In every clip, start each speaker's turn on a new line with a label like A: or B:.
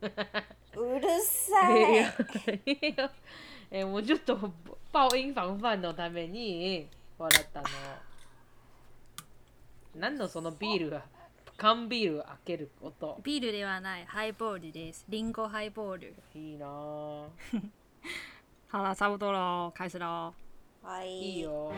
A: うるさ
B: い
A: い
B: やいやえもうちょっと爆音防範のために笑ったの何のそのビールが缶ビール開ける音
C: ビールではないハイボールです。リンゴハイボール。
B: いいなぁ
C: 好了，差不多喽，开始喽。
A: はい
B: いいよ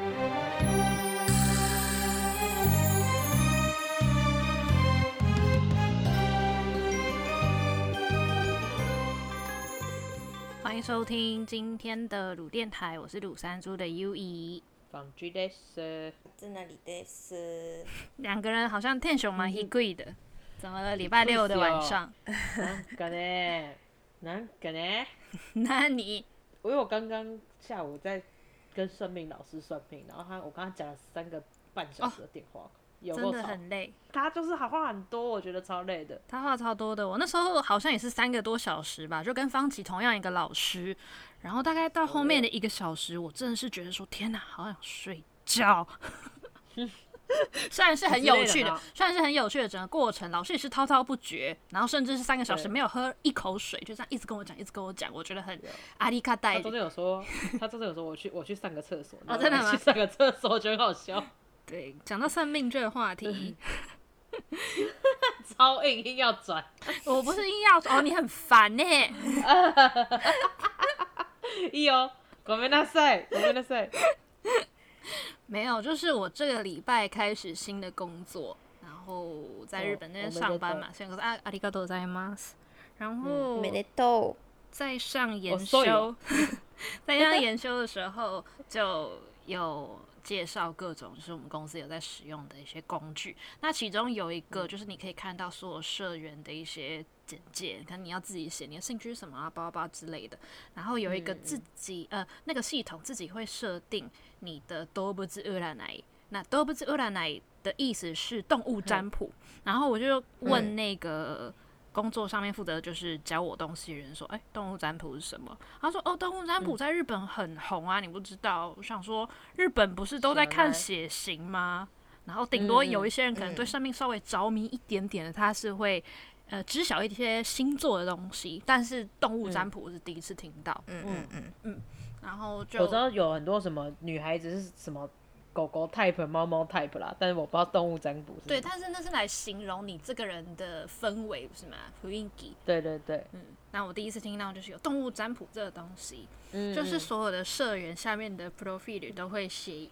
C: 欢迎收听今天的鲁电台，我是鲁山猪的 U E 怡。
B: 感じです
A: つなりです
C: 两个人好像 tension 蛮 h i 的，怎么了？礼拜六的晚 上，
B: なんかねなんかね
C: 那你
B: 因为我刚刚下午在跟算命老师算命，然后他我跟他讲了三个半小时的电话，有
C: 真
B: 够
C: 的
B: 吵。
C: 很累。
B: 他就是好话很多，我觉得超累的。
C: 他话超多的，我那时候好像也是三个多小时吧，就跟方琦同样一个老师，然后大概到后面的一个小时，我真的是觉得说天哪，好想睡觉。 虽然是很有趣
B: 之类的
C: 的
B: 啦，
C: 虽然是很有趣的整个过程，老师也是滔滔不绝，然后甚至是三个小时
B: 对
C: 没有喝一口水，就这样一直跟我讲，一直跟我讲，我觉得很
B: 对啊
C: 阿里卡带
B: 他中间有说，他中间有说我去我去上个厕所，然后
C: 哎哦真的吗
B: 我去上个厕所，我觉得很好笑，
C: 对，讲到算命这个 话题，
B: 超硬硬要转，
C: 我不是硬要说哦，你很烦呢、
B: いいよ。ごめんなさい、ごめんな さい。
C: 没有，就是我这个礼拜开始新的工作，然后在
B: 哦
C: 日本那边上班嘛，现在可是阿阿里嘎多在吗？然
A: お
C: 后
A: めでと
C: 在上研
B: 嗯哦，sorry
C: 修
B: 哦，
C: 在 上研修的时候就有介绍各种就是我们公司有在使用的一些工具。那其中有一
B: 嗯
C: 个就是你可以看到所有社员的一些简介，可能你要自己写你的兴趣是什么啊、包包之类的。然后有一
B: 嗯
C: 个自己、呃那个系统自己会设定你的多不知乌拉奈，那多不知乌拉奈的意思是动物占卜。然后我就问那个。工作上面负责就是教我东西的人说，哎、动物占卜是什么？他说，哦，动物
B: 嗯
C: 占卜在日本很红啊，你不知道？我想说，日本不是都在
B: 原
C: 看
B: 来
C: 血型吗？然后顶多
B: 嗯嗯
C: 有一些人可能对算命稍微着迷一点点的，他是会呃知晓一些星座的东西，但是动物占
B: 嗯
C: 卜我是第一次听到。嗯
A: ううんうんうん
C: 然后就
B: 我知道有很多什么女孩子是什么狗狗 type、猫猫 type 啦，但是我不知道动物占卜是
C: 对，
B: 什么
C: 但是那是来形容你这个人的氛围，不是吗 f i n k
B: 对对对，
C: 嗯，那我第一次听到就是有动物占卜这个东西，
B: 嗯
C: 就是
B: 嗯
C: 所有的社员下面的 profile 都会写，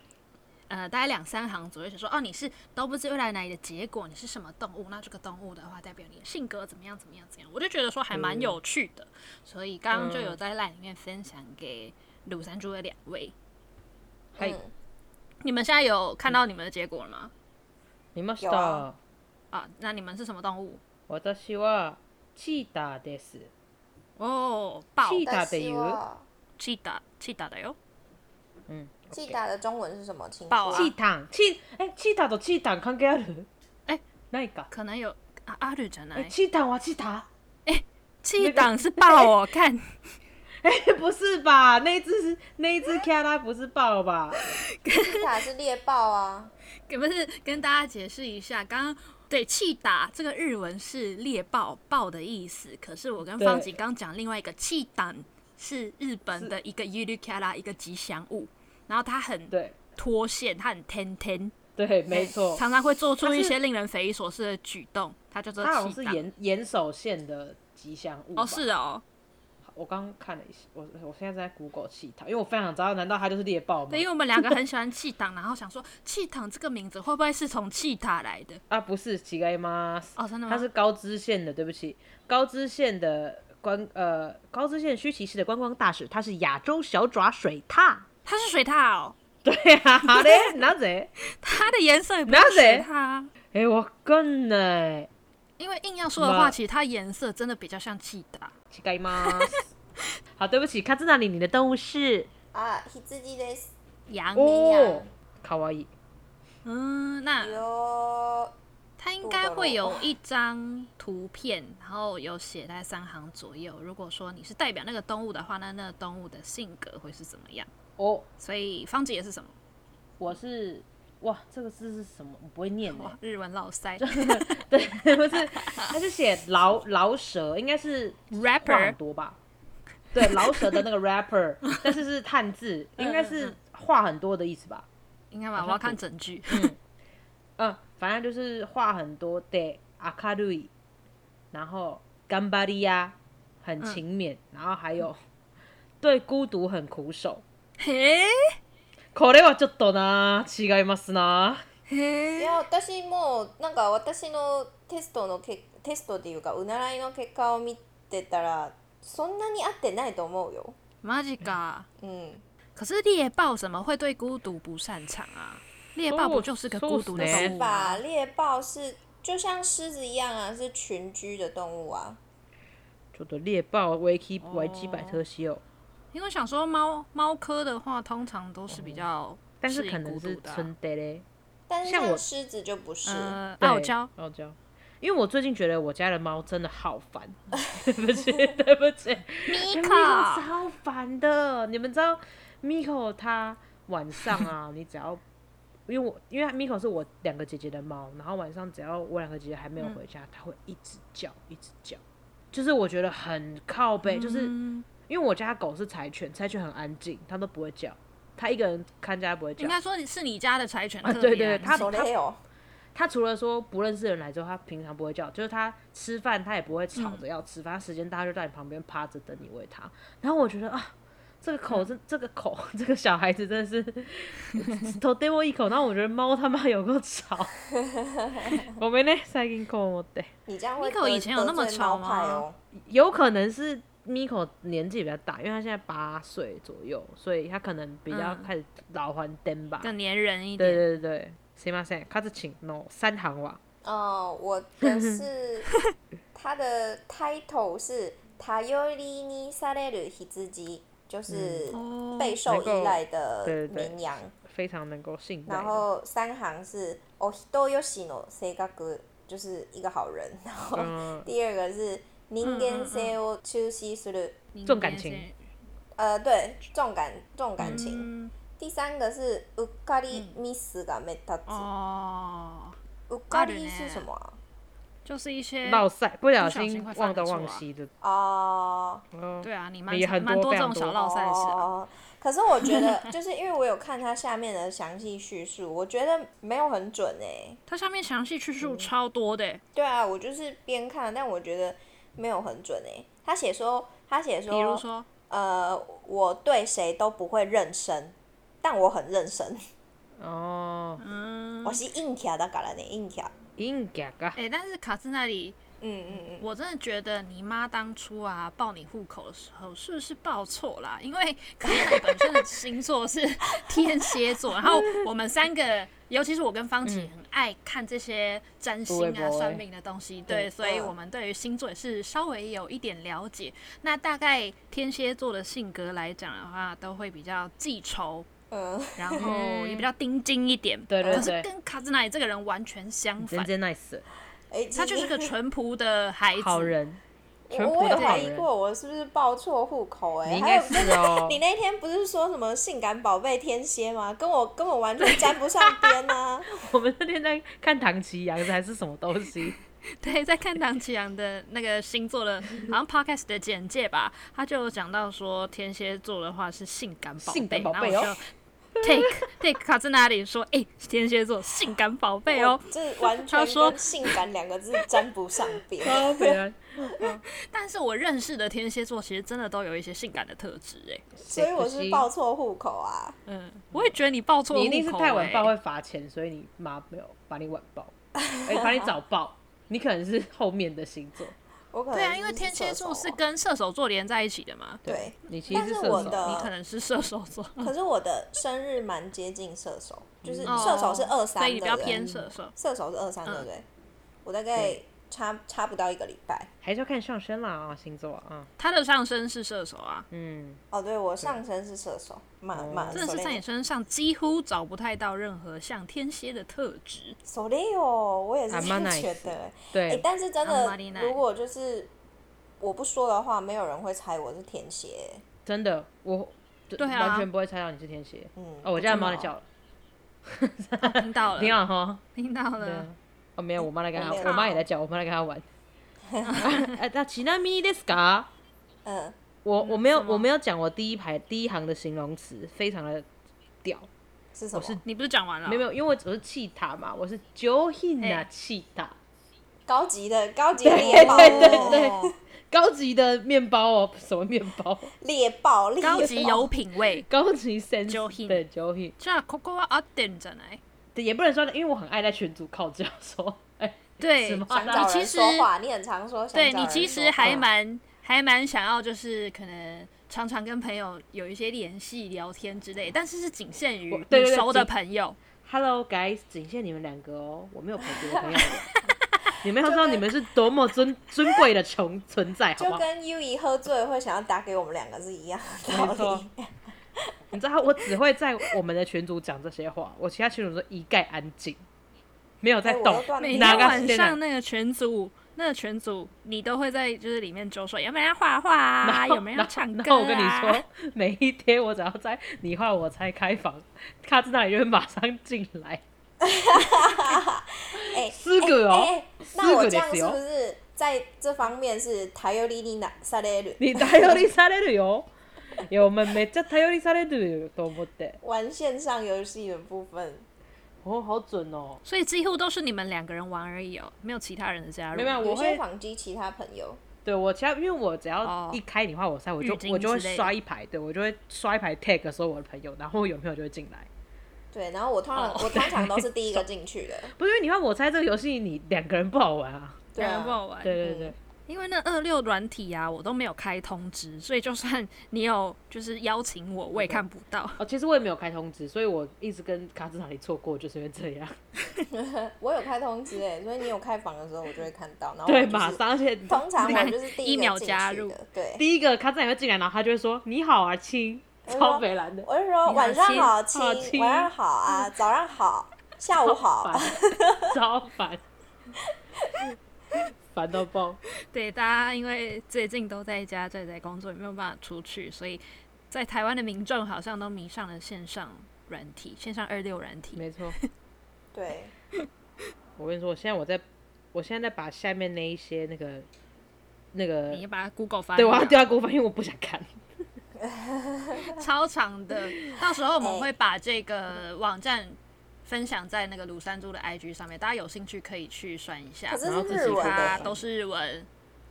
C: 呃，大概两三行左右，写说哦，你是都不知未来哪里的结果，你是什么动物？那这个动物的话，代表你的性格怎么样，怎么样，怎么样？我就觉得说还蛮有趣的，所以刚刚就有在 line 里面分享给鲁山猪的两位。
B: はい、
C: 你们现在有看到你们的结果了吗？
B: 見まし
A: 有
B: た
A: 啊。
C: 啊，那你们是什么动物？
B: 私はチーターです。
C: 哦，豹、
B: チーターって
A: 私
B: いう
A: は
C: チータ、チータだよ。
B: うん。
A: チーターの中文是什么？请
C: 爆
A: 说
C: 啊
B: チータン、チー、え、チーターとチータン関係ある？
C: え、
B: ないか。
C: 可能有啊，阿鲁じゃ
B: え、
C: ない。
B: チータンはチータ
C: 气党是豹哦， 看，
B: ー？ 不是吧？那一只是那一
C: 嗯
B: 只 cat 拉不是豹吧？
A: チーター是猎豹啊。
C: 不是跟大家解释一下，刚刚对气打这个日文是猎豹豹的意思，可是我跟
B: 对
C: 方吉刚讲另外一个气党是日本的一个 u r u k a r a 一个吉祥物，然后它很
B: 对
C: 脱线，它很天天，
B: 对，没错。
C: 常常会做出
B: 它是
C: 一些令人匪夷所思的举动，它叫做
B: 它好像
C: 气
B: 是
C: 党。
B: 岩岩手县的吉祥物吧
C: 哦，是哦，
B: 我刚刚看了一下，我我现在在 Google 气塔，因为我非常知道，难道它就是猎豹吗
C: 对，？因为我们两个很喜欢气党，然后想说气党这个名字会不会是从气塔来的？
B: 啊，不是，乞丐吗？
C: 哦，真的吗？
B: 它是高知县的，对不起，高知县的观呃高知县须崎市的观光大使，它是亚洲小爪水 獭。
C: 它是水獭哦，
B: 对啊，好嘞，那谁？
C: 它的颜色也不
B: 那
C: 是水
B: 谁
C: 獭啊。
B: 哎，我更呢，
C: 因为硬要说的话，
B: 那
C: 其实它颜色真的比较像气打。
B: 乞丐吗？ 好，对不起，卡兹那里你的动物是
A: 啊、羊です。
C: 羊。
B: 哦，卡哇伊。
C: 嗯，那
A: よ
C: 它应该会有一张图片，然后有写在三行左右。如果说你是代表那个动物的话，那那个动物的性格会是怎么样？
B: 哦，
C: 所以方姐也是什么？
B: 我是哇，这个字是什么？我不会念
C: 哇
B: 呢。，
C: 日文老 塞
B: 对，不哦 是，它是写老老舍，应该是话很
C: ，rapper
B: 多吧？对，老舍的那个 rapper，但是是汉字，应该
C: 嗯嗯
B: 是
C: 嗯
B: 话很多的意思吧？
C: 应该吧？我要看 整句。
B: 嗯，反正就是话很多的阿卡路伊，然后干巴利亚很勤勉，然后还有 对孤独很苦手。
C: 嘿
B: これはちょっとな違いますな。
A: い
C: へえ
A: や私もうなんか私のテストのけテストっていうかうならいの結果を見てたらそんなに合ってないと思うよ。
C: マジか。
A: うん。
C: 可是猎豹怎么会对孤独不擅长啊？猎豹
B: 哦
C: 不就是个孤独的
B: そう
A: 是
B: っす
C: 动物啊
B: ね
C: 吗
A: 吧？？猎豹是就像狮子一样啊，是群居的动物啊。
B: ちょっと猎豹维基
C: 哦
B: 维基百科西有，
C: 因为我想说猫猫科的话，通常都是比较
B: 但
C: 适
B: 是
C: 应
B: 可能
C: 孤
B: 是
C: 独的啊、
B: 存得嘞，
A: 但是
B: 像我
A: 像狮子就不是。
C: 呃
B: 对
C: 傲娇。
B: 傲娇。因为我最近觉得我家的猫真的好烦，对不起对不起，
C: 米
B: 咪
C: 卡
B: 口超烦的。你们知道咪口它晚上 啊，你只要因为我因为咪口是我两个姐姐的猫，然后晚上只要我两个姐姐还没有
C: 嗯
B: 回家，它会一直叫一直叫，就是我觉得很靠背，就是
C: 嗯
B: 因为我家狗是柴犬，柴犬很安静，它都不会叫，它一个人看家不会叫
C: 应。该说你是你家的柴犬
B: 啊
C: 特
B: 对
C: 别
B: 对
C: 安静、
A: そ
B: 它
A: れよ。
B: 它除了说不认识的人来之后，它平常不会叫，就是它吃饭它也不会吵
C: 嗯
B: 着要吃，反正时间到它就在你旁边趴着等你喂它。然后我觉得啊，这个
C: 嗯
B: 口真这个口 这个小孩子真的是头对我一口，然后我觉得猫他妈有够 吵。我们呢，最近こう思って
A: 你这样会
C: Miko
A: 得
C: 以前有那么
A: 得罪猫
C: 吵吗
A: 派哦。
B: 有可能是 Miko 年纪比较大，因为他现在八岁左右，所以他可能比较
C: 嗯
B: 开始老还灯吧。
C: 更粘人一
B: 对
C: 点。
B: 对对对，すいません、カズチンの三行は
A: 哦，我的是它的 title 是“塔尤里尼萨雷鲁ヒズジ”，就是
C: 哦
A: 备受依赖的
B: 对对对
A: 绵羊。
B: 非常能够信赖
A: 然
B: 的。
A: 后三行是“お人よしの性格”，就是一个好人。然后
B: 嗯，
A: 第二个是“人間性を中心する
C: 明
B: 重感
C: 天
B: 情
C: 先，”，
A: 呃，对，重感重感情。
C: 嗯
A: 第三个是“うっかりミスが目立つ”。
C: 哦，
A: うっか
C: ある
A: り
C: ね
A: 是什么啊？
C: 就是一些
B: 落塞，不小
C: 不小
B: 心
C: 心会
B: 忘
C: 犯的
B: 东
C: 错啊
B: 忘西的。
A: 哦，
B: 哦，
C: 对啊，你蛮
B: 也很
C: 蛮
B: 多
C: 多
B: 非
C: 这
B: 常
C: 种小
B: 多
C: 落赛事、啊。
A: 哦，可是我觉得，就是因为我有看它下面的详细叙述，我觉得没有很准哎、
C: 它上面详细叙述
B: 嗯
C: 超多的、
A: 对啊，我就是边看，但我觉得没有很准哎、他写说，他写
C: 比如
A: 说，
C: 说，
A: 呃，我对谁都不会认生，但我很认生，
B: 哦，
C: 嗯，
A: 我是硬条的嘎啦的硬条。
B: 应该啊，
C: 哎、但是卡斯那里，
A: 嗯嗯嗯，
C: 我真的觉得你妈当初啊报你户口的时候，是不是报错啦？因 为卡斯那里本身的星座是 天蝎座，然后我们三个，尤其是我跟方琦，很爱看这些占星
B: 嗯不会
C: 啊、
B: 不会
C: 算命的东西，对，
B: 嗯
C: 所以我们对于星座也是稍微有一点了解。那大概天蝎座的性格来讲的话，都会比较记仇，
A: 嗯，
C: 然后也比较盯紧一点。
B: 对对
C: 可是
B: 对
C: 跟卡兹那里这个人完全相
B: 人
C: 反，
B: 间 nice，
A: 哎、
C: 他就是个淳朴的孩子。
B: 好人，淳
A: 我
B: 朴
A: 我有
B: 的好
A: 怀疑
B: 人。
A: 过，我是不是报错户口、欸？哎，
B: 你应
A: 还
B: 该
A: 有
B: 是哦
A: ，你那天不是说什么性感宝贝天蝎吗？跟我根本完全沾不上边 啊！
B: 我们那天在看唐奇阳还是什么 东西，
C: 对，在看唐启阳的那个星座的，好像 podcast 的简介吧，他就有讲到说天蝎座的话是性感宝
B: 性
C: 贝，
B: 感宝
C: 然后我
B: 贝哦
C: 就 take take 卡在那里说，哎、天蝎座性感宝
B: 哎
C: 贝哦。
A: 这完
C: 他
A: 全
C: 说
A: 跟性感两个字沾不上边。
B: 超北安，
C: 但是我认识的天蝎座其实真的都有一些性感的特质，哎，
A: 所以我是报错户口啊！
C: 嗯，我也觉得你报错户口、
B: 你
C: 欸，
B: 一定是太晚报会罚钱，所以你妈没有把你晚报， 哎，把你早报，你可能是后面的星座。
A: 我可能
C: 对啊，
A: 是
C: 因为天蝎座
A: 射手
C: 是
A: 啊
C: 跟射手座连在一起的嘛，
A: 对，
B: 你其实
A: 但是
B: 射手
A: 我的
C: 你可能是射手座，
A: 可是我的生日蛮接近射手，
B: 嗯
A: 就是
C: 哦
A: 射手是二三，
C: 所
A: 对
C: 以你
A: 不
C: 比较
A: 对？
C: 偏嗯射手。
A: 射手是二三，对不对？我大概差差不到一个礼拜。
B: 还是要看上升啦啊，星座啊，
C: 他的上身是射手啊，
B: 嗯，
A: 哦，对，我上身是射手，马
B: 哦
A: 马
C: 真的是在你身上几乎找不太到任何像天蝎的特 质。
A: 手雷哦，我也是
B: 还
A: 这
B: 蛮
A: 样
B: nice
A: 觉得、欸。哎、
B: 对，
A: 但是真
C: 还
A: 的
C: 蛮厉，害
A: 如果就是我不说的话，没有人会猜我是天蝎、
B: 真的，我
C: 对啊
B: 完全不会猜到你是天蝎。
A: 嗯，
B: 哦哦，我家的猫在叫了，
C: 哦听到了，
B: 挺好哈。
C: 听到
B: 对啊
C: 了。，
B: 哦，没有，我妈在跟她，
A: 我没有
B: 我妈也在教，我妈在跟她玩。哎，那ちなみにですか？
A: 嗯，
B: 我我没有
C: 什么
B: 我没有讲我第一排第一行的形容词，非常的屌。
A: 是什么？
C: 你不是讲完了？
B: 没有没有，因为我只是气塔嘛，我是九品的
C: 哎
B: 气塔，
A: 高级的高级猎豹，
B: 对
C: 哦
B: 对对高级的面包哦，什么面包？
A: 猎豹，猎豹
C: 高级有 品味。
B: 高级 sense
C: 上品
B: 对九品，
C: じゃあここは合ってんじゃない？
B: 对也不能说，因为我很爱在群组靠教说，哎，
C: 对
B: 什么
A: 想
B: 啦
A: 找
C: 你其
A: 人
C: 实
A: 说话，你很常说，想
C: 对
A: 找
C: 你
A: 人
C: 其
A: 说
C: 实还
B: 话
C: 蛮还蛮想要，就是可能常常跟朋友有一些联系、聊天之类，但是是仅限于
B: 我对对
C: 你
B: 对
C: 熟的
B: 仅
C: 朋友。
B: Hello guys，仅限你们两个哦，我没有陪别的朋 友玩。你们要知道，你们是多么尊尊贵的存存在，好
A: 就
B: 不好？
A: 跟 U 一喝醉会想要打给我们两个是一样的道
B: 没错
A: 理。
B: 你知道，我只会在我们的群组讲这些话，我其他群主都一概安静，没有在
A: 哎我
B: 动
A: 又。断
C: 每
A: 片
B: 哪
C: 天
B: 个啊
C: 晚
B: 现在
C: 上那个群组，那个群组，你都会在就是里面揪说有没有人要画画啊，有没有人要唱 歌
B: 然后
C: 啊？
B: 我跟你说，每一天我只要在你画我猜开房，卡兹那里就会马上进来。
A: 哎，
B: 四个
A: 哎
B: 哦
A: 哎，
B: 四哦
A: 那我
B: 个
A: 这
B: で
A: 样是
B: す
A: 不
B: よ。
A: 是在这方面是頼りになされる？
B: 你頼りされるよ。いや、お前めっちゃ頼りされるよと思って。
A: 玩线上游戏的部分，
B: 哦，好准哦。
C: 所以几乎都是你们两个人玩而已哦，没有其他人的加入。
B: 没有，我
A: 有些
B: 会
A: 访击其他朋友，
B: 对我其他，因为我只要
C: 哦
B: 一开你画我猜，我就
C: 浴巾
B: 我就会
C: 之类的
B: 刷一排，对我就会刷一排 tag 所有我的朋友，然后有朋友就会进来。
A: 对，然后我通常
B: 哦
A: 我通常都是第一个进去的，
B: 不是因为你看我猜这个游戏，你两个人不好玩啊。
A: 对
C: 两个不
A: 啊，
C: 好玩。
B: 对对对，
C: 因为那二六软体啊，我都没有开通知，所以就算你有就是邀请我，我也看不到。
B: 哦，其实我也没有开通知，所以我一直跟卡兹塔里错过，就是因为这样。
A: 我有开通知哎，所以你有开房的时候我就会看到，然后我 哦
B: 对，
A: 就是
B: 马上，而且
A: 通常我就是第
C: 一
A: 个
C: 秒
A: 进
C: 加
A: 去
C: 入
A: 的，对，
B: 第一个卡兹塔里会进来，然后他就会说：“你好啊，亲。”
A: 说
B: 超北 蓝的，
A: 我就说
C: 好
A: 晚上
C: 亲
A: 好，
B: 好
A: 亲，
B: 哦亲
A: 晚上好啊，早上好，下午好
B: 烦。，超烦， 烦到爆。
C: 对，大家因为最近都在家，在在工作，也没有办法出去，所以在台湾的民众好像都迷上了线上软体，线上二六软体。
B: 没错，
A: 对，
B: 我跟你说，我现在我在，我现在在把下面那一些那个那个
C: 你把它 Google 翻
B: 对，
C: 译
B: 我要
C: 啊
B: 丢在锅翻，因为我不想看。
C: 超长的，到时候我们会把这个网站分享在那个庐山猪的 IG 上面，大家有兴趣可以去算一下
A: 可。是
B: 然后自己
A: 是日文
B: 看
C: 它
A: 的，
C: 都是日文，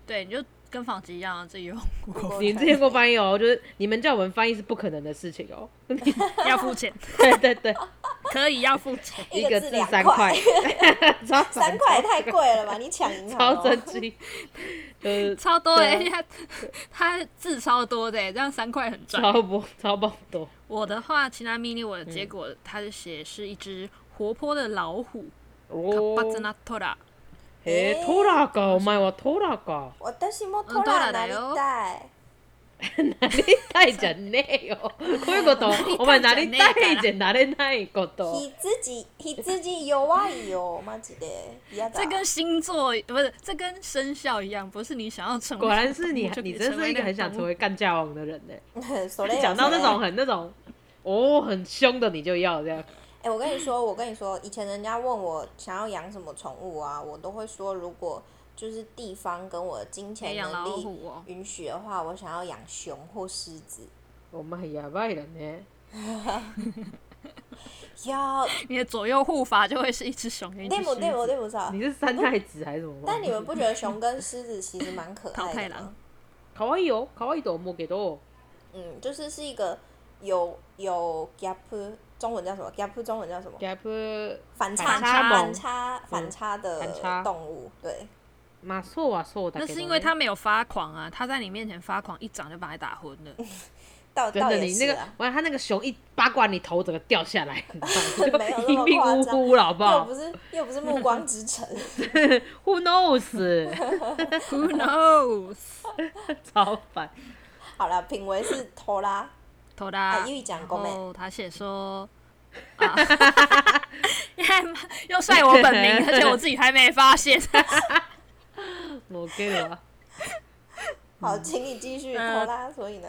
C: 对，你就跟纺织一样，自己 用 Google
A: 我
B: 你之前给我翻译哦，就是你们叫我们翻译是不可能的事情哦。
C: 要付钱，
B: 对对对，
C: 可以要付 钱。
A: 一
B: 个
A: 个
B: 字
A: 字两
B: 三
A: 块
B: 块，超烦
A: 三块也太贵了吧？你 抢银行哦
B: 超生气， 就是
C: 超多的，
B: 对啊
C: 而且它它字超多的耶，这样三块很赚。
B: 超不超爆多。
C: 我的话，其他 mini 我的结果，
B: 嗯
C: 它是写是一只活泼的老虎，卡巴兹
B: 哦，
C: 纳托拉。
B: 嘿，トラかお前はトラ か。
A: 私
B: 嗯
A: も
C: うん
A: ト
C: ド
A: ラ
C: ラ
A: な
C: だ
A: り
C: よ
A: た い。
B: たいじゃねえよ。こういうこと、お前なりたいじゃなれないこと。
A: ひつじ、ひつじ弱いよ、マジで。嫌だ。
C: 这跟星座不是，这跟生肖一样，不是你想要成为。
B: 果然是你
C: 就，可以
B: 你真
C: 成
B: 是
C: 为
B: 一个
C: 那
B: 很想
C: 动
B: 成
C: 物
B: 为干架王的人呢。
A: そ れよ
B: 讲到
A: それ
B: 那种很那种，哦，很凶的你就要这样。
A: 哎、我跟你说，我跟你说，以前人家问我想要养什么宠物啊，我都会说，如果就是地方跟我金
C: 可
A: 钱
C: 以养
A: 能
C: 老
A: 力
C: 虎哦。
A: 允许的话，我想要养熊或狮子。
B: お前やばい了呢。
A: 要，
C: 你的左右护法就会是一只熊跟一只
A: で
C: 狮
A: も
C: 子
A: でもでもさ
B: 你，是三太子还是什么？
A: 啊但你们不觉得熊跟狮子其实蛮可
C: 桃
A: 爱
C: 太
A: 的吗
C: 郎？
B: 可愛いよ、可愛いと思うけど。
A: 嗯，就是是一个有有 gap，中文叫什么？gap 中文叫什么？
B: gap
A: 反差
B: 反差萌嗯
A: 反差反差
B: 反
A: 的
B: 差
A: 动物，对，
B: まあそうはそうだけ
C: 那
B: ど、ね。
C: 是因为他没有发狂啊，他在你面前发狂，一掌就把你打昏 了。
A: 倒
B: 真
A: 倒
B: 的，
A: 也
B: 你
A: 是
B: 那个
A: 啊，
B: 完了，他那个熊一八卦，你头整个掉 下来，你知道吗
A: 没有那么
B: 就一命呜呼了，好不
A: 又
B: 好
A: 不是又不是暮光之城，
B: ？Who knows？
C: Who knows？
B: 超烦。
A: 好了，品味是拖拉，
C: 头
A: 啊
C: 啦，
A: 又一讲
C: 然
A: 公妹
C: 后他写说，啊，你还又晒我本名，而且我自己还没发现。
B: 我给了啊，
A: 好，请你继续拖
C: 呃
A: 拉，所以呢，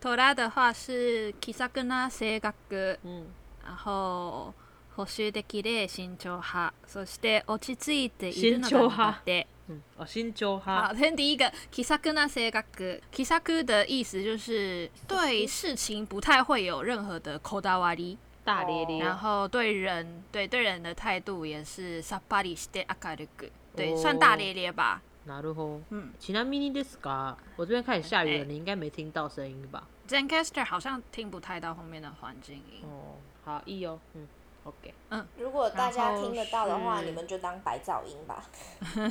C: 头啦的话是 kisakuna s e g a
B: 嗯，
C: 然后補修できれい慎重派そして落ち着いているの
B: 慎重
C: が
B: 派
C: 苦手
B: 嗯，哦，新旧哈
C: 好，，先第一个 kisaku 那些嘎格 kisaku 的意思就是对事情不太会有任何的 kodawari，
B: 大咧
A: 哦
B: 咧
C: 然，后对人对对人的态度也是 sapari ste akaruku，对，
B: 哦
C: 算大咧咧吧。
B: なるほど。
C: 嗯
B: 其他 mini d i s c 我这边开始下雨了，
C: 哎
B: 你应该没听到声音吧？
C: Zencaster 好像听不太到后面的环境音。
B: 哦，好，一哦，嗯，OK，
A: 如果大家
C: 然后
A: 听得到的话，
C: 是
A: 你们就当白噪音吧，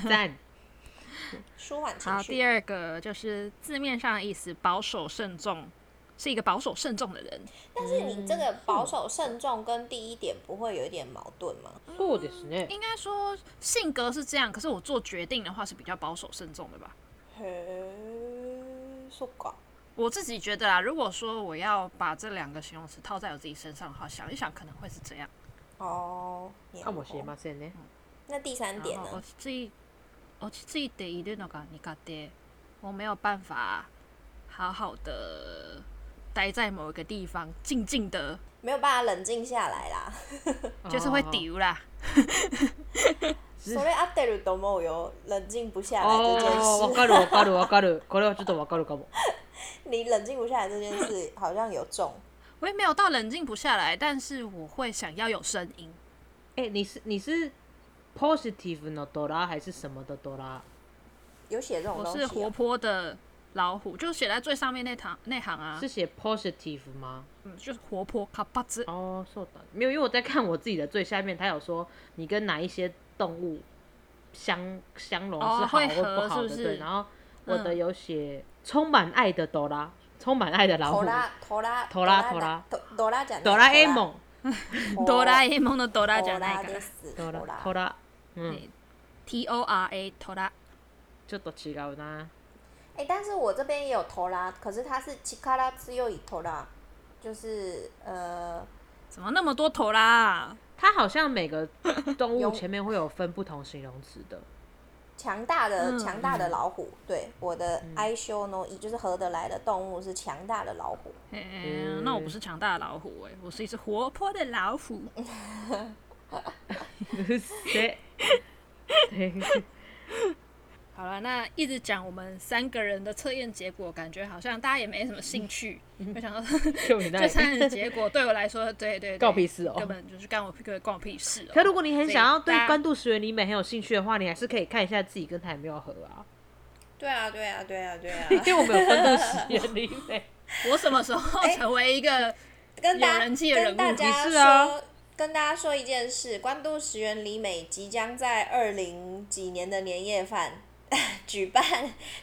B: 赞，
A: 舒缓情
C: 好，第
A: 绪。
C: 二个就是字面上的意思，保守慎重，是一个保守慎重的人。
A: 但是你这个保守慎重跟第一点不会有一点矛盾吗？
B: そうですね。
C: 应该说性格是这样，可是我做决定的话是比较保守慎重的吧。
A: へーそっか。
C: 我自己觉得啊，如果说我要把这两个形容词套在我自己身上的话，想一想可能会是这样。
A: 哦，你
B: かもしれませんね。
A: 那第三点
C: 然后
A: 呢
C: 我？自己，我自己得一定那个你搞的，我没有办法好好的待在某一个地方，静静的，
A: 没有办法冷静下来啦。
C: 就是会
B: 哦。
C: 丢啦。
A: それ合ってると思うよ。冷静不下来这件
B: 哦，わ
A: 事，
B: かるわかるわかる。これはちょっとわかる かも。
A: 你冷静不下来这件事好像有中。
C: 我也没有到冷静不下来，但是我会想要有声音。
B: 哎，你是你是 positive のドラ还是什么的ド ラ？
A: 有写这种
C: 我
A: 东西、
C: 是
A: 啊，
C: 活泼的老虎，就写在最上面那行那行啊
B: 是，写 positive 吗？
C: 嗯，就是活泼卡巴兹。
B: 哦，そうだ。没有，因为我在看我自己的最下面，他有说你跟哪一些动物相相融
C: 哦
B: 是好
C: 会
B: 或
C: 合
B: 不好的，
C: 是不是
B: 对。然后我的
C: 嗯
B: 有写充满爱的朵拉，充满爱的老
A: 头
B: 虎，
A: 拉头拉
B: 头拉
A: 头拉头拉讲
B: 哆啦 A 梦，
C: 哆啦
A: A
C: A 梦的哆啦じゃ
A: 哆
C: な
A: 啦
C: いか
A: で
C: ら
A: す
B: 哆
A: 头
B: 啦
A: 拉
B: 哆啦，嗯，
C: 对，T O R A 哆啦。
B: ちょっと違うな。
A: 哎、但是我这边也有头拉，可是它是チ卡拉自由以头拉，就是呃
C: 怎么那么多头啦？
B: 它好像每个 动物
A: 有
B: 前面会有分不同形容词 的，
A: 强大的
C: 嗯
A: 强、大的老虎。对，我的哀修呢，也就是合得来的动物是强大的老虎。
C: 嘿
A: 嗯
C: 那我不是强大的老虎哎、我是一只活泼的老虎。
B: 对，
C: 好了，那一直讲我们三个人的测验结果，感觉好像大家也没什么兴趣。我想说，
B: 嗯 就你那
C: 这
B: 里。
C: 三人的结果对我来说，对对 对，
B: 告屁事哦
C: 根本就是干我屁股关我屁事哦。
B: 可如果你很想要
C: 所以大
B: 对
C: 家
B: 关渡石原里美很有兴趣的话，你还是可以看一下自己跟他有没有合 啊，
A: 对啊，对啊，对啊，对啊
B: 因为我们有关渡石原里美。
C: 我什么时候
B: 哎
C: 成为一个
A: 跟大
C: 有人气的人
A: 跟
C: 物
A: 大家
B: 你是
A: 说，
B: 啊
A: 跟大家说一件事：关渡石原里美即将在二零几年的年夜饭 举办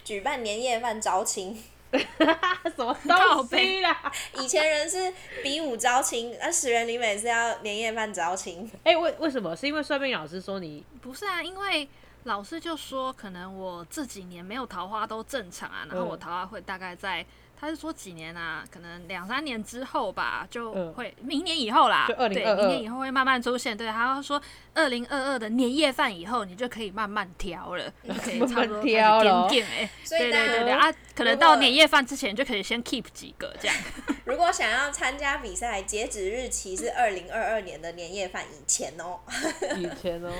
A: 举办年夜饭招亲。
B: 什么东西啦？
A: 以前人是比武招亲，那石原里美是要年夜饭招亲。
B: 哎、为为什么？是因为算命老师说你
C: 不是啊，因为老师就说，可能我这几年没有桃花都正常啊，然后
B: 嗯
C: 我桃花会大概在，他是说几年啊，可能两三年之后吧，就
B: 嗯
C: 会、明年以后啦，
B: 就2022
C: 对，明年以后会慢慢出现。对，他说二零二二的年夜饭以后，你就可以慢慢挑 了，就可以差不多
B: 慢慢挑了
C: 点哎，
A: 所
C: 对
A: 以大
C: 对
A: 家
C: 对对啊，可能
A: 如
C: 到
A: 果
C: 年夜饭之前就可以先 keep 几个这样。
A: 如果想要参加比赛，截止日期是二零二二年的年夜饭以前哦。
B: 以前哦，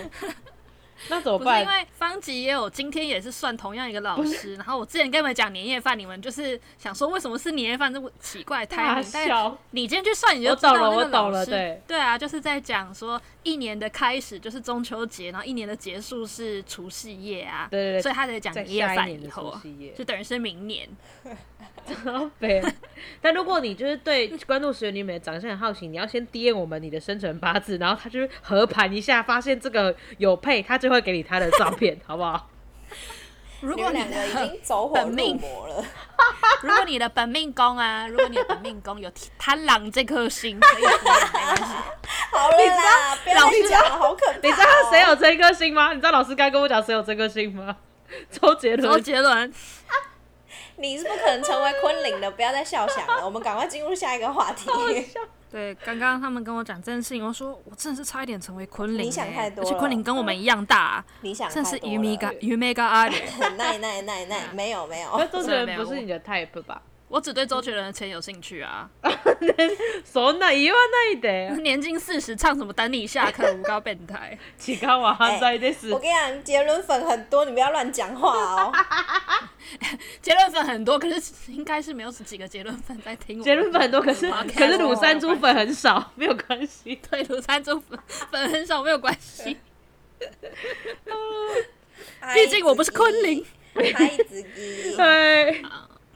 B: 那怎么
C: 不是因
B: 办？
C: 为方吉也有，今天也是算同样一个老师。然后我之前跟你们讲年夜饭，你们就是想说为什么是年夜饭这么奇怪
B: 大
C: 胎？但
B: 笑，
C: 你今天去算你就
B: 我
C: 知道
B: 懂了
C: 那个
B: 我懂
C: 老
B: 了
C: 师
B: 对
C: 啊，就是在讲说一年的开始就是中秋节，然后一年的结束是除夕夜啊，
B: 对对对
C: 所以他得讲
B: 在
C: 年夜
B: 下一
C: 饭
B: 年
C: 以
B: 的
C: 后
B: 除
C: 啊，
B: 夕夜
C: 就，等于是明年。
B: 超肥。但如果你就是对关渡石原里美的长相很好奇，你要先 DM 我们你的生辰八字，然后他就是合盘一下，发现这个有配，他就会给你他的照片，好不好？
C: 如
A: 你
C: 果
A: 们
C: 你
A: 两个已
C: 的
A: 经走火
C: 本
A: 入
C: 命
A: 魔了，
C: 如果你的本命宫啊，如果你的本命宫有贪狼这颗星，可以不用 没关系。
A: 好了啦，不要
B: 老
A: 再
B: 师
A: 讲了，好可怕、哦！
B: 你知道谁有这颗星吗？你知道老师刚跟我讲谁有这颗星吗？周杰
C: 周
B: 伦。
C: 杰伦，
A: 你是不可能成为昆凌的，不要再笑想了，我们赶快进入下一个话题。
C: 对，刚刚他们跟我讲这件事情，我说我真的是差一点成为昆凌欸、
A: 你想太多
C: 而且昆凌
A: 了
C: 跟我们一样大、 啊
A: 你想太
C: 真的
A: 多
C: 是
A: 了，
C: 鱼米嘎鱼梅嘎阿里。
A: 很耐耐耐耐，没有没有，
B: 那周杰伦不是你的 type 吧？
C: 我只对周杰伦的钱有兴趣啊！
B: そんな言わないで。
C: 年近四十，唱什么《等你下课》《五高变态
B: 違う犯罪です。
A: 我跟你讲，杰伦粉很多，你不要乱讲话哦。》，
C: 杰伦粉很多，可是应该是没有几个杰伦粉在听我。
B: 杰伦粉很多，可是可是
A: 鲁
B: 乳山猪粉很少，没有关系。
C: 对卢山猪粉粉很少，没有关系。毕竟我
A: 哎
C: 不是昆凌。
A: 嗨，子 怡，
B: 对，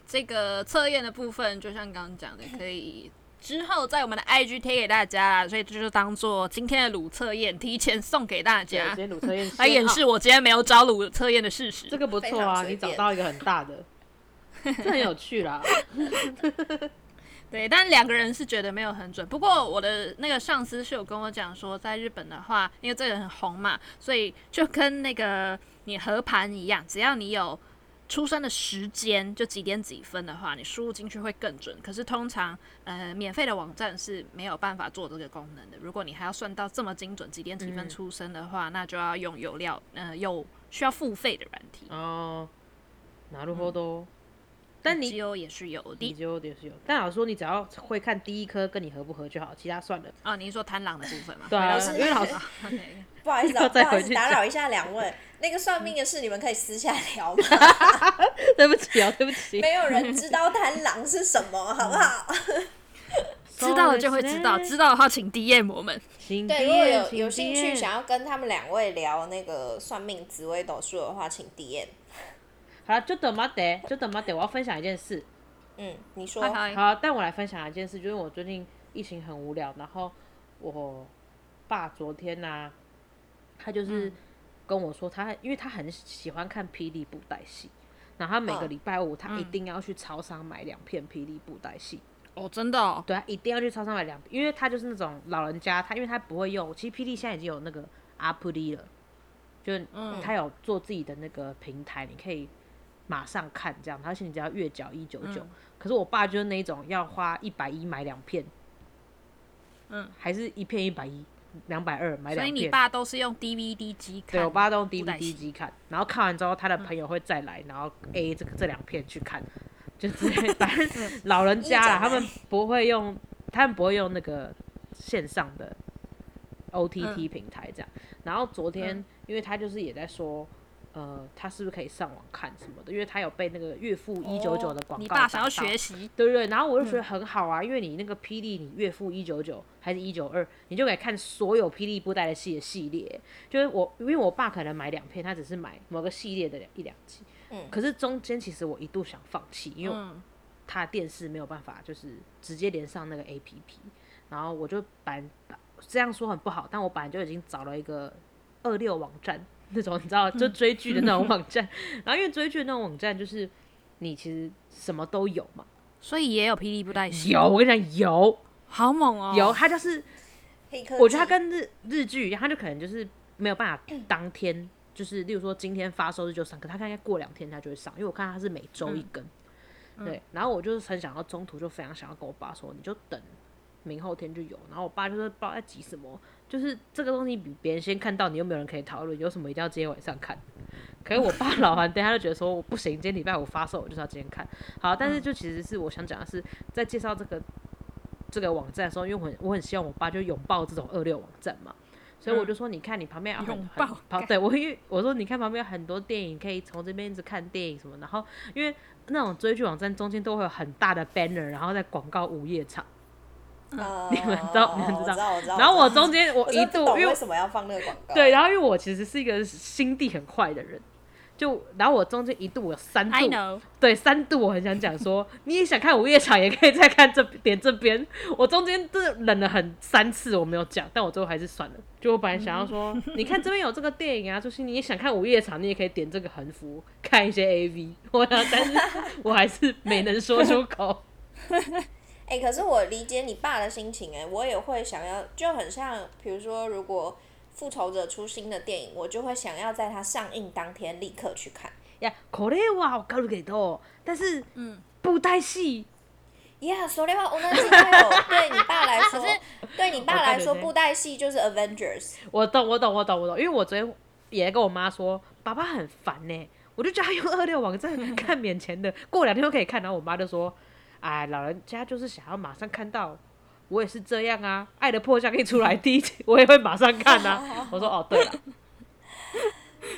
C: 这个测验的部分，就像刚刚讲的，可以之后在我们的 IG 贴给大家啦，所以这就当做今天的卤测验，提前送给大
B: 今
C: 家，
B: 天乳测验
C: 来掩饰我今天没有找卤测验的事实
B: 这。个不错啊，你找到一个很大 的，这很有趣啦。
C: 对，但两个人是觉得没有很准。不过我的那个上司是有跟我讲说，在日本的话，因为这个很红嘛，所以就跟那个你合盘一样，只要你有出生的时间，就几点几分的话，你输入进去会更准。可是通常，呃，免费的网站是没有办法做这个功能的。如果你还要算到这么精准几点几分
B: 嗯
C: 出生的话，那就要用有料，呃，有需要付费的软体。
B: 哦，なるほど。但嗯你
C: GO 也是有
B: 你
C: 的
B: 就也是有，但老实说，你只要会看第一颗跟你合不合就好，其他算了。
C: 哦，你是说贪狼的部分吗？
B: 对啊
C: 回到
A: 因为老
B: 师
C: OK
A: 不好意思
B: 要
A: 哦，不
B: 再
A: 好
B: 回
A: 意
B: 去
A: 思，打扰一下两位。那个算命的事，你们可以私下聊吗？
B: 对不起啊，对不起。
A: 没有人知道贪狼是什么，好不
B: 嗯
A: 好？
C: 知道了就会知道，知道的话请 DM 我们。
B: 请
A: 对，如果
B: 点
A: 有有兴趣。
B: 请点
A: 想要跟他们两位聊那个算命、紫微斗数的话，请 DM。
B: 好了，就等嘛得，就等嘛得。我要分享一件事。
A: 嗯，你说，
C: 嗨嗨，
B: 好，但我来分享一件事，就是我最近疫情很无聊，然后我爸昨天呢、他就是
C: 嗯
B: 跟我说他，因为他很喜欢看霹雳布袋戏，然后他每个
A: 嗯
B: 礼拜五他一
C: 嗯
B: 定要去超商买两片霹雳布袋戏。
C: 哦，真的哦，
B: 对啊，一定要去超商买两，因为他就是那种老人家，他因为他不会用，其实霹雳现在已经有那个阿普利了，就是
C: 嗯
B: 他有做自己的那个平台，你可以马上看这样，而且你只要月缴一九九
C: 嗯。
B: 可是我爸就是那一种要花一百一买两片，
C: 嗯，
B: 还是一片一百一，两百二买
C: 所
B: 两
C: 以你
B: 片。
C: 爸都是用 DVD 机看，
B: 对我爸都用
C: 布袋
B: DVD
C: 戏嗯
B: 机看，然后看完之后，他的朋友会再来，然后 A 这个这两片去看，就之类。反 正
C: 嗯
B: 老人家啦，
A: 一整
B: 他们不会用，他们不会用那个线上
C: 嗯
B: 的 OTT 平台这样。然后昨天，
C: 嗯
B: 因为他就是也在说，呃，他是不是可以上网看什么的，因为他有被那个岳父一九九的广告、
C: 哦你爸想要学习，
B: 对对，然后我就觉得很好啊，因为你那个霹雳，你岳父一九九还是一九二，你就可以看所有霹雳布袋的戏的系列。就是我，因为我爸可能买两片，他只是买某个系列的一两集。
A: 嗯
B: 可是中间其实我一度想放弃，因为
C: 嗯，
B: 他电视没有办法，就是直接连上那个 APP。然后我就本来这样说很不好，但我本来就已经找了一个二六网站那种，你知道，就追剧的那种网站。然后因为追剧的那种网站，就是你其实什么都有嘛。
C: 所以也有霹雳布袋戏，
B: 有，我跟你讲有
C: 好猛哦，
B: 有，它就是
A: 黑科技，
B: 我觉得它跟日日剧一样，它就可能就是没有办法当天，就是例如说今天发售日就上，可它应该过两天它就会上，因为我看它是每周一根。对，然后我就是很想要中途就非常想要跟我爸说，你就等明后天就有。然后我爸就是不知道在急什么，就是这个东西比别人先看到，你又没有人可以讨论，有什么一定要今天晚上看。可是我爸老顽对他就觉得说我不行，今天礼拜五发售，我就是要今天看。好，但是就其实是我想讲的是，在介绍这个这个网站的时候，因为我很我很希望我爸就拥抱这种二六网站嘛，所以我就说，你看你旁边有很
C: 拥
B: 很
C: 抱
B: 旁对我因为我说你看旁边有很多电影可以从这边一直看电影什么，然后因为那种追剧网站中间都会有很大的 banner，然后在广告午夜场。
A: 哦
B: 嗯你们知道你们
A: 我
B: 知
A: 知
B: 道
A: 道，我知道。
B: 然后我
A: 知道
B: 中间我
A: 哦 我
B: 一
A: 真的
B: 度
A: 不懂
B: 因为
A: 为什么要放那个广告？
B: 对，然后因为我其实是一个心地很坏的人，就然后我中间一度我有三度
C: ，I know，
B: 对三度我很想讲说，你也想看午夜场，也可以再看这点这边。我中间真的忍了很三次，我没有讲，但我最后还是算了。就我本来想要说，你看这边有这个电影啊，就是你也想看午夜场，你也可以点这个横幅看 一些 A V。我想，但是我还是没能说出口。
A: 哎、可是我理解你爸的心情哎、我也会想要，就很像，比如说，如果复仇者出新的电影，我就会想要在它上映当天立刻去看，
B: 呀，これはわかるけど、但是
C: 嗯，
B: 布袋戏
A: 呀，所以话我那期 待有对你爸来
B: 哦
A: 说，对你爸来
B: 我
A: 说，
B: 看了
A: 布袋戏就是 Avengers。
B: 我懂，我懂，我懂，我懂，因为我昨天也在跟我妈说，爸爸 很烦呢、我就叫他用二六网站看免钱的，过两天就可以看。然后我妈就说：“哎，老人家就是想要马上看到。我也是这样啊，《爱的迫降》一出 来，第一集我也会马上看啊。我说哦，对了，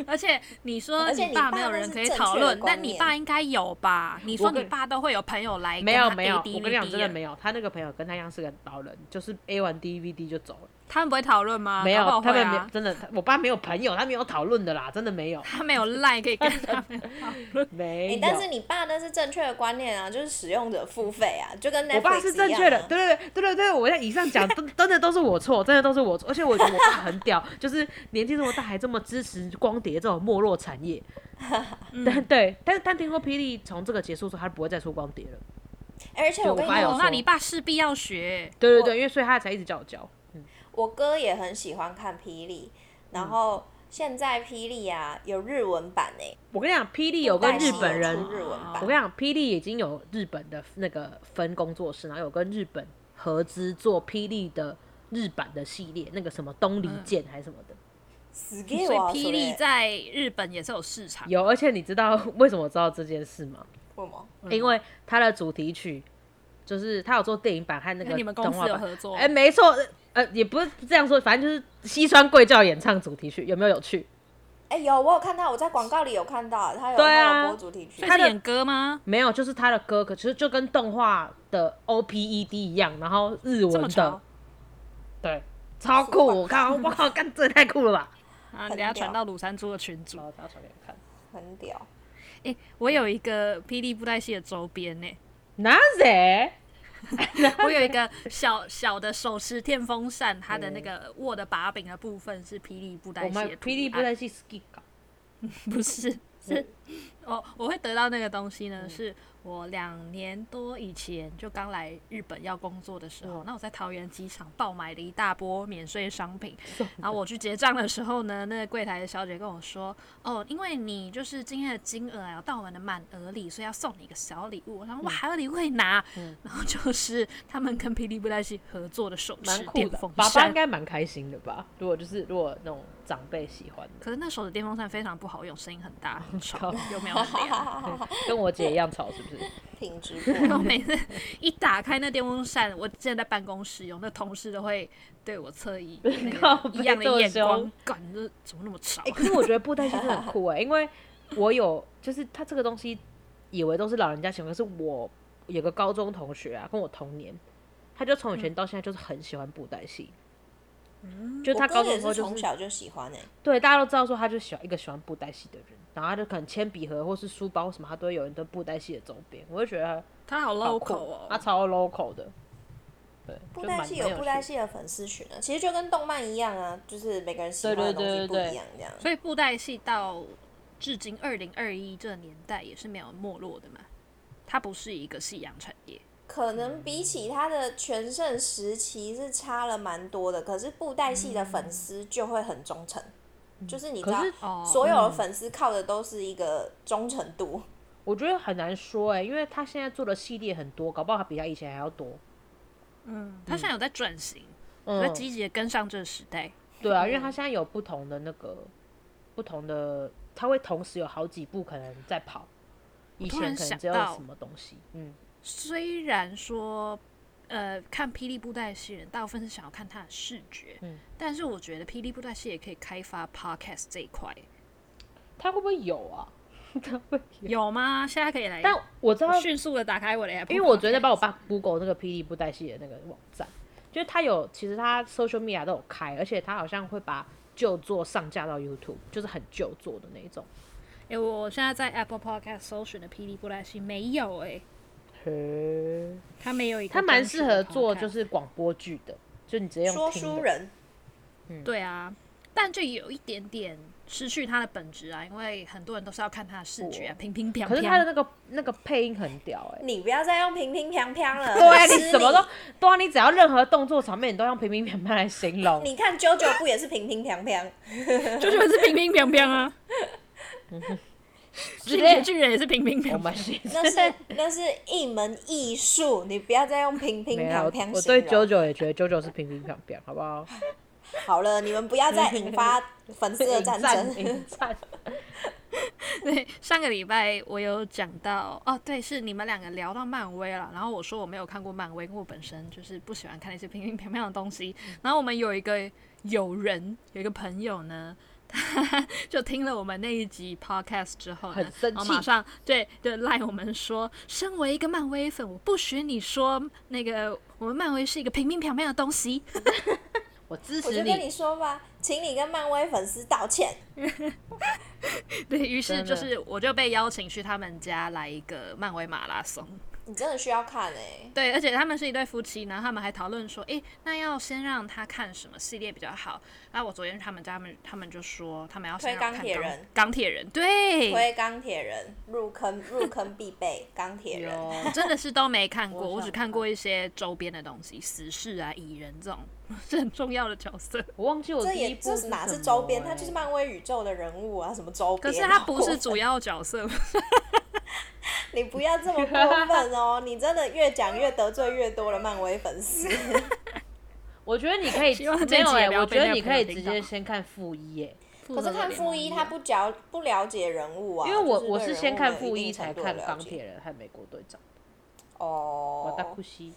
C: 而且你说
A: 而且
C: 你爸
A: 你爸
C: 没有
A: 那
C: 人
A: 是
C: 可以
A: 正
C: 讨
A: 确的
C: 论，
A: 观
C: 但你
A: 念
C: 爸应该有吧？你
B: 我
C: 说
B: 跟
C: 你爸都会有朋友来跟
B: 没有
C: 他
B: 没有，
C: ADVD
B: 我跟你讲真的
C: 了
B: 没有，他那个朋友跟他一样是个老人，就是 A 完 DVD 就走了，
C: 他们不会讨论吗？
B: 没有，
C: 搞不好
B: 他
C: 会
B: 们没有
C: 啊，
B: 真的，他我爸没有朋友，他没有讨论的啦，真的没 有，。
C: 他没有赖可以跟他们讨论
B: 没
A: 哎、
B: 有。
A: 但是你爸那是正确的观念啊，就是使用者付费啊，就跟 Netflix
B: 我爸是正确
A: 一
B: 的，
A: 样啊
B: 对对对对对对，我在以上讲，真真的都是我错，真的都是我错，而且我觉得我爸很屌，就是年纪这么大还这么支持光碟这种没落产 业，
A: 嗯
B: 但对，但但听说霹雳从这个结束之后，他不会再出光碟了，
A: 而且
B: 就
A: 我跟你
B: 我爸有
A: 讲
C: 哦，，那
B: 说
C: 你爸势必要学。
B: 对对对，因为所以他才一直叫我教，
A: 我哥也很喜欢看霹雳，然后现在霹雳啊有日文版欸呢、
B: 我跟你讲，霹雳有个
A: 但是
B: 日本人哦
A: 有出日文版
B: 我跟你讲，霹雳已经有日本的那个分工作室，然后有跟日本合资做霹雳的日版的系列，那个什么东离
A: 嗯
B: 剑还是什么的，
A: すげえ
C: 所以
A: わ
C: 霹雳
A: それ
C: 在日本也是有市场。
B: 有。而且你知道 为什么我知道这件事吗？
A: 为什么？
C: 嗯
B: 因为它的主题曲就是它有做电影版和那
C: 那
B: 个
C: 你们公
B: 动
C: 司
B: 画
C: 有
B: 版。
C: 合作？
B: 哎、没错，呃，也不是这样说，反正就是西川贵教演唱主题曲，有没有有趣？
A: 哎、有我有看到，我在广告里有看到，他有
B: 对啊
A: 他有播主题曲
C: 所以
B: 他
C: 是
B: 的
C: 演歌吗？
B: 没有，就是他的歌，可是就跟动画的 O P E D 一样，然后日
C: 这
B: 文
C: 么
B: 的
C: 潮，
B: 对，超酷！我靠，我靠，干这也太酷了 吧！
C: 啊！
A: 很
C: 等下
A: 屌
C: 传到鲁山猪的群组。
B: 然后他传给我看，
A: 很屌。
C: 哎、我有一个霹雳布袋戏的周边 呢、
B: 哪谁？
C: 我有一个小小的手持电风扇，它的那个握的把柄的部分是嗯霹雳布袋
B: 我
C: 戏的
B: 们
C: 图案
B: P D 不在去 ski 搞，
C: 不是是。我我会得到那个东西
B: 嗯
C: 呢，是我两年多以前就刚来日本要工作的时候，那我在桃园机场爆买了一大波免税 商品，然后我去结账的时候呢，那个柜台的小姐跟我说，哦，因为你就是今天的金额啊有到我们的满额里，所以要送你一个小礼物。
B: 嗯
C: 然后哇，还有礼物可以拿，然后就是他们跟霹雳布袋戏合作的手
B: 蛮
C: 持
B: 酷
C: 电
B: 的
C: 风。
B: 爸爸应
C: 扇。
B: 该蛮开心的吧？如果就是如果那种长辈喜欢的，
C: 可是那手持电风扇非常不好用，声音很大，很
B: 靠
C: 吵，又没有脸。
B: 跟我姐一样吵，是不是？
A: 挺直播，
C: 然
B: 嗯
C: 后每次一打开那电风扇，我现在在办公室用，那同事都会对我侧一那
B: 靠
C: 个
B: 背
C: 一样的
B: 这么
C: 眼光
B: 凶，
C: 感这怎么那么吵啊
B: 哎、？可是我觉得布袋戏真的很酷哎、因为我有就是他这个东西，以为都是老人家喜欢，可是我有个高中同学啊，跟我同年，他就从以
A: 嗯
B: 前到现在就是很喜欢布袋戏。嗯，就
A: 我
B: 他高
A: 哥
B: 中
A: 也
B: 的时候
A: 是
B: 就
A: 从
B: 是
A: 小就喜欢哎、
B: 对大家都知道说，他就喜欢一个喜欢布袋戏的人，然后他就可能铅笔盒或是书包什么，他都会有一堆布袋戏的周边，我就觉得
C: 他好
B: 好啊酷
C: local
B: 他
C: 哦，
B: 超 local 的。对，
A: 布
B: 就
A: 袋
B: 蛮
A: 戏
B: 蛮
A: 有布袋
B: 趣
A: 戏的粉丝群啊，其实就跟动漫一样啊，就是每个人喜欢的东
B: 对对对
A: 西不
B: 对对
A: 一样这样。
C: 所以布袋戏到至今二零二一这个年代也是没有没落的嘛，它不是一个夕阳产业。
A: 可
B: 嗯
A: 能比起他的全盛时期是差了蛮多的，可是布袋戏的粉丝就会很忠诚，就是你知道
B: 嗯可是，嗯
C: 哦
A: 所有的粉丝靠的都是一个忠诚度。
B: 我觉得很难说哎、因为他现在做的系列很多，搞不好他比他以前还要多。
C: 嗯，他现在有在转型，有在
B: 嗯，
C: 积极的跟上这个时代。
B: 对啊，因为他现在有不同的那个不同的，他会同时有好几部可能在跑，以
C: 突然
B: 前可能
C: 想
B: 只有
C: 到
B: 什么东西，嗯，
C: 虽然说，呃，看霹雳布袋戏人大部分是想要看他的视觉，
B: 嗯
C: 但是我觉得霹雳布袋戏也可以开发 podcast 这一块，
B: 他会不会有啊？他会有，
C: 有吗？现在可以来，
B: 但我知道
C: 哎我，迅速的打开我的 app，
B: 因为我昨天帮我爸 Google 那个霹雳布袋戏的那个网站，就是他有，其实他 social media 都有开，而且他好像会把旧作上架到 YouTube，就是很旧作的那一种。
C: 哎、我我现在在 Apple Podcast 搜寻的霹雳布袋戏没有哎、
B: 嘿，
C: 它没有一个，
B: 他蛮适合做就。是广播剧的，就你直接用
A: 说
B: 听
A: 书
B: 的
A: 人，
C: 对啊，但就有一点点失去它的本质啊，因为很多人都是要看它的视觉啊，平平平
B: 可
C: 平。
B: 是他的那个那个配音很屌哎、
A: 你不要再用平平平平了。
B: 对啊，
A: 很
B: 你
A: 失
B: 什么
A: 礼
B: 都对啊，你只要任何动作场面，你都用平平平平来形容。
A: 你看九九不也是平平平平？
C: 就是是平平平平 啊，进击的巨人也是平平平
B: 我
C: 平。
B: 们是
A: 那 是那是一门艺术，你不要再用平平
B: 没有
A: 平
B: 我
A: 平
B: 我
A: 形
B: 对
A: 容
B: 九九也觉得九九是平平平平，好 不好？
A: 好了，你们不要再引发粉丝的
B: 引
A: 战
B: 战
A: 争。
B: 引战，
C: 对，上个礼拜我有讲到哦，对，是你们两个聊到漫威了，然后我说我没有看过漫威，因为我本身就是不喜欢看那些平平平平的东西。
B: 嗯
C: 然后我们有一个友人，有一个朋友呢。他 就听了我们那一集 podcast 之后呢，
B: 很生
C: 然后
B: 气
C: 马上对就赖我们说，身为一个漫威粉，我不许你说那个我们漫威是一个平平平平的东西。
B: 我支
A: 我
B: 持
A: 就
B: 你
A: 跟。你说吧，请你跟漫威粉丝道歉。
C: 对于是，
B: 真
C: 就
B: 的
C: 是我就被邀请去他们家来一个漫威马拉松。
A: 你真的需要看哎、
C: 对，而且他们是一对夫妻，然后他们还讨论说，诶，那要先让他看什么系列比较好？那我昨天去他们家，他们他们就说他们要先
A: 推
C: 让
A: 钢
C: 我看
A: 铁
C: 钢
A: 人，
C: 钢铁人，对，
A: 推钢铁人入坑，入坑必备钢铁人。
B: 有
C: 真的是都没 看过，
B: 我
C: 我
B: 想
C: 只看过一些周边的东西，死侍啊、蚁人这种 是很重要的角色，
B: 我忘记我
A: 这
B: 第一
A: 也
B: 部
A: 这是哪
B: 是
A: 是
B: 什
A: 周
B: 么
A: 边？
B: 欸
A: 他就是漫威宇宙的人物啊，什么周
C: 可
A: 边？
C: 是他不是
A: 要。
C: 主要角色，
A: 你不要这么过分哦！你真的越讲越得罪越多了漫威粉丝。
B: 我觉得你可以
C: 希望这
B: 没有
C: 集也
B: 哎、
C: 不要
B: 我
C: 被
B: 觉得
C: 那个
B: 你
C: 朋
B: 可
C: 友
B: 以直
C: 听到
B: 接先看负一哎，
C: 可
A: 可是看负一，他不了不了解人物啊，
B: 因为我
A: 就是对
B: 我是先看负
A: 人物没有
B: 一
A: 一
B: 才
A: 定程度
B: 看
A: 的了
B: 钢
A: 解
B: 铁人和美国队长。我大
A: 哦
B: 哭。西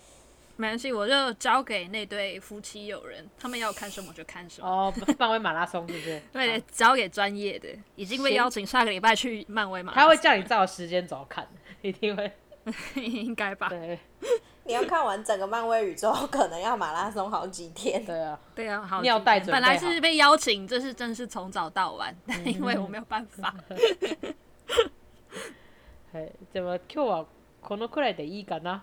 C: 没关系，我就交给那对夫妻友人，他们要看什么就看什么。
B: 哦， 漫威马拉松是不是？
C: 对
B: 好，
C: 交给专业的，已经被
B: 行
C: 邀请下个礼拜去漫威嘛，
B: 他会叫你照时间轴看， 一定会。
C: 应该吧？
B: 对
A: 你要看完整个漫威宇宙，可能要马拉松好几天。
B: 对啊，
C: 对啊，好
B: 尿
C: 今
B: 袋
C: 天
B: 准
C: 本来
B: 备好嗯
C: 是被邀请，这是真是从早到晚，但因为我没有办法。
B: はいでも今日はこのくらいでいいかな。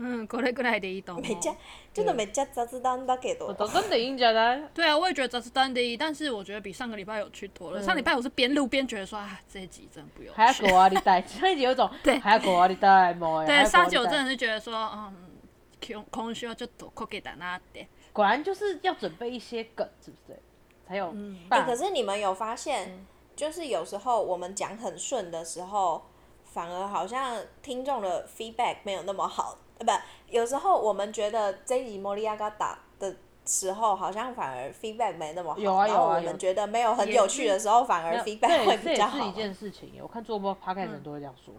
C: 嗯，これぐらいでいいと思
A: めっちゃ
C: う。
A: 真的めっちゃ雑談だけど
B: 我，等等でいいんじゃない？
C: 对啊，我也觉得这是单的，但是我觉得比上个礼拜有趣
B: 嗯
C: 多了。上礼拜我是边录边觉得说啊，这一集真的不用。
B: 早く終わりたい。上一集有一种
C: 对
B: 早く終わりたいもう。
C: 对，
B: 早
C: 沙
B: く終
C: 九
B: わり
C: 真
B: たい
C: 的是觉得说，嗯，空空虚就躲こ给打那的。
B: 果然就是要准备一些梗，是不是？才有
A: 哎、
B: 办法。
A: 可是你们有发现，
B: 嗯
A: 就是有时候我们讲很顺的时候，反而好像听众的 feedback 没有那么好，呃，不，有时候我们觉得这一集莫利亚嘎打的时候，好像反而 feedback 没那么好，
B: 有啊有啊
A: 然后我
B: 有
A: 们觉得没有很有趣的时候，反而
B: 没有
A: feedback 会
B: 对，这
A: 比
B: 也
A: 较
B: 是一
A: 好。
B: 件事情。我看做播 p o d c a s 人都会这样说。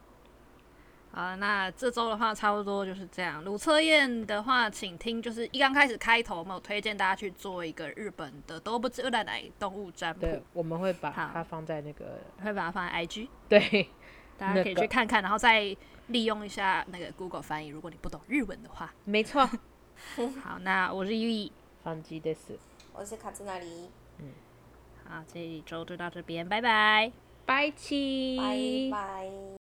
C: 啊，那这周的话差不多就是这样。鲁测验的话，请听就是一刚开始开头嘛，我推荐大家去做一个日本的都不知道哪动物占
B: 对
C: 卜，，
B: 我们会把
C: 好
B: 它放在那个
C: 会把它放在 IG。
B: 对。
C: 大家可以
B: 那个
C: 去看看，然后再利用一下那个 Google 翻译，如果你不懂日文的话。
B: 没错，
C: 好，那我是 U E，
B: 反击的是，
A: 我是卡兹那里，
C: 好，这一周就到这边，拜拜。
B: 拜拜。
A: 拜拜。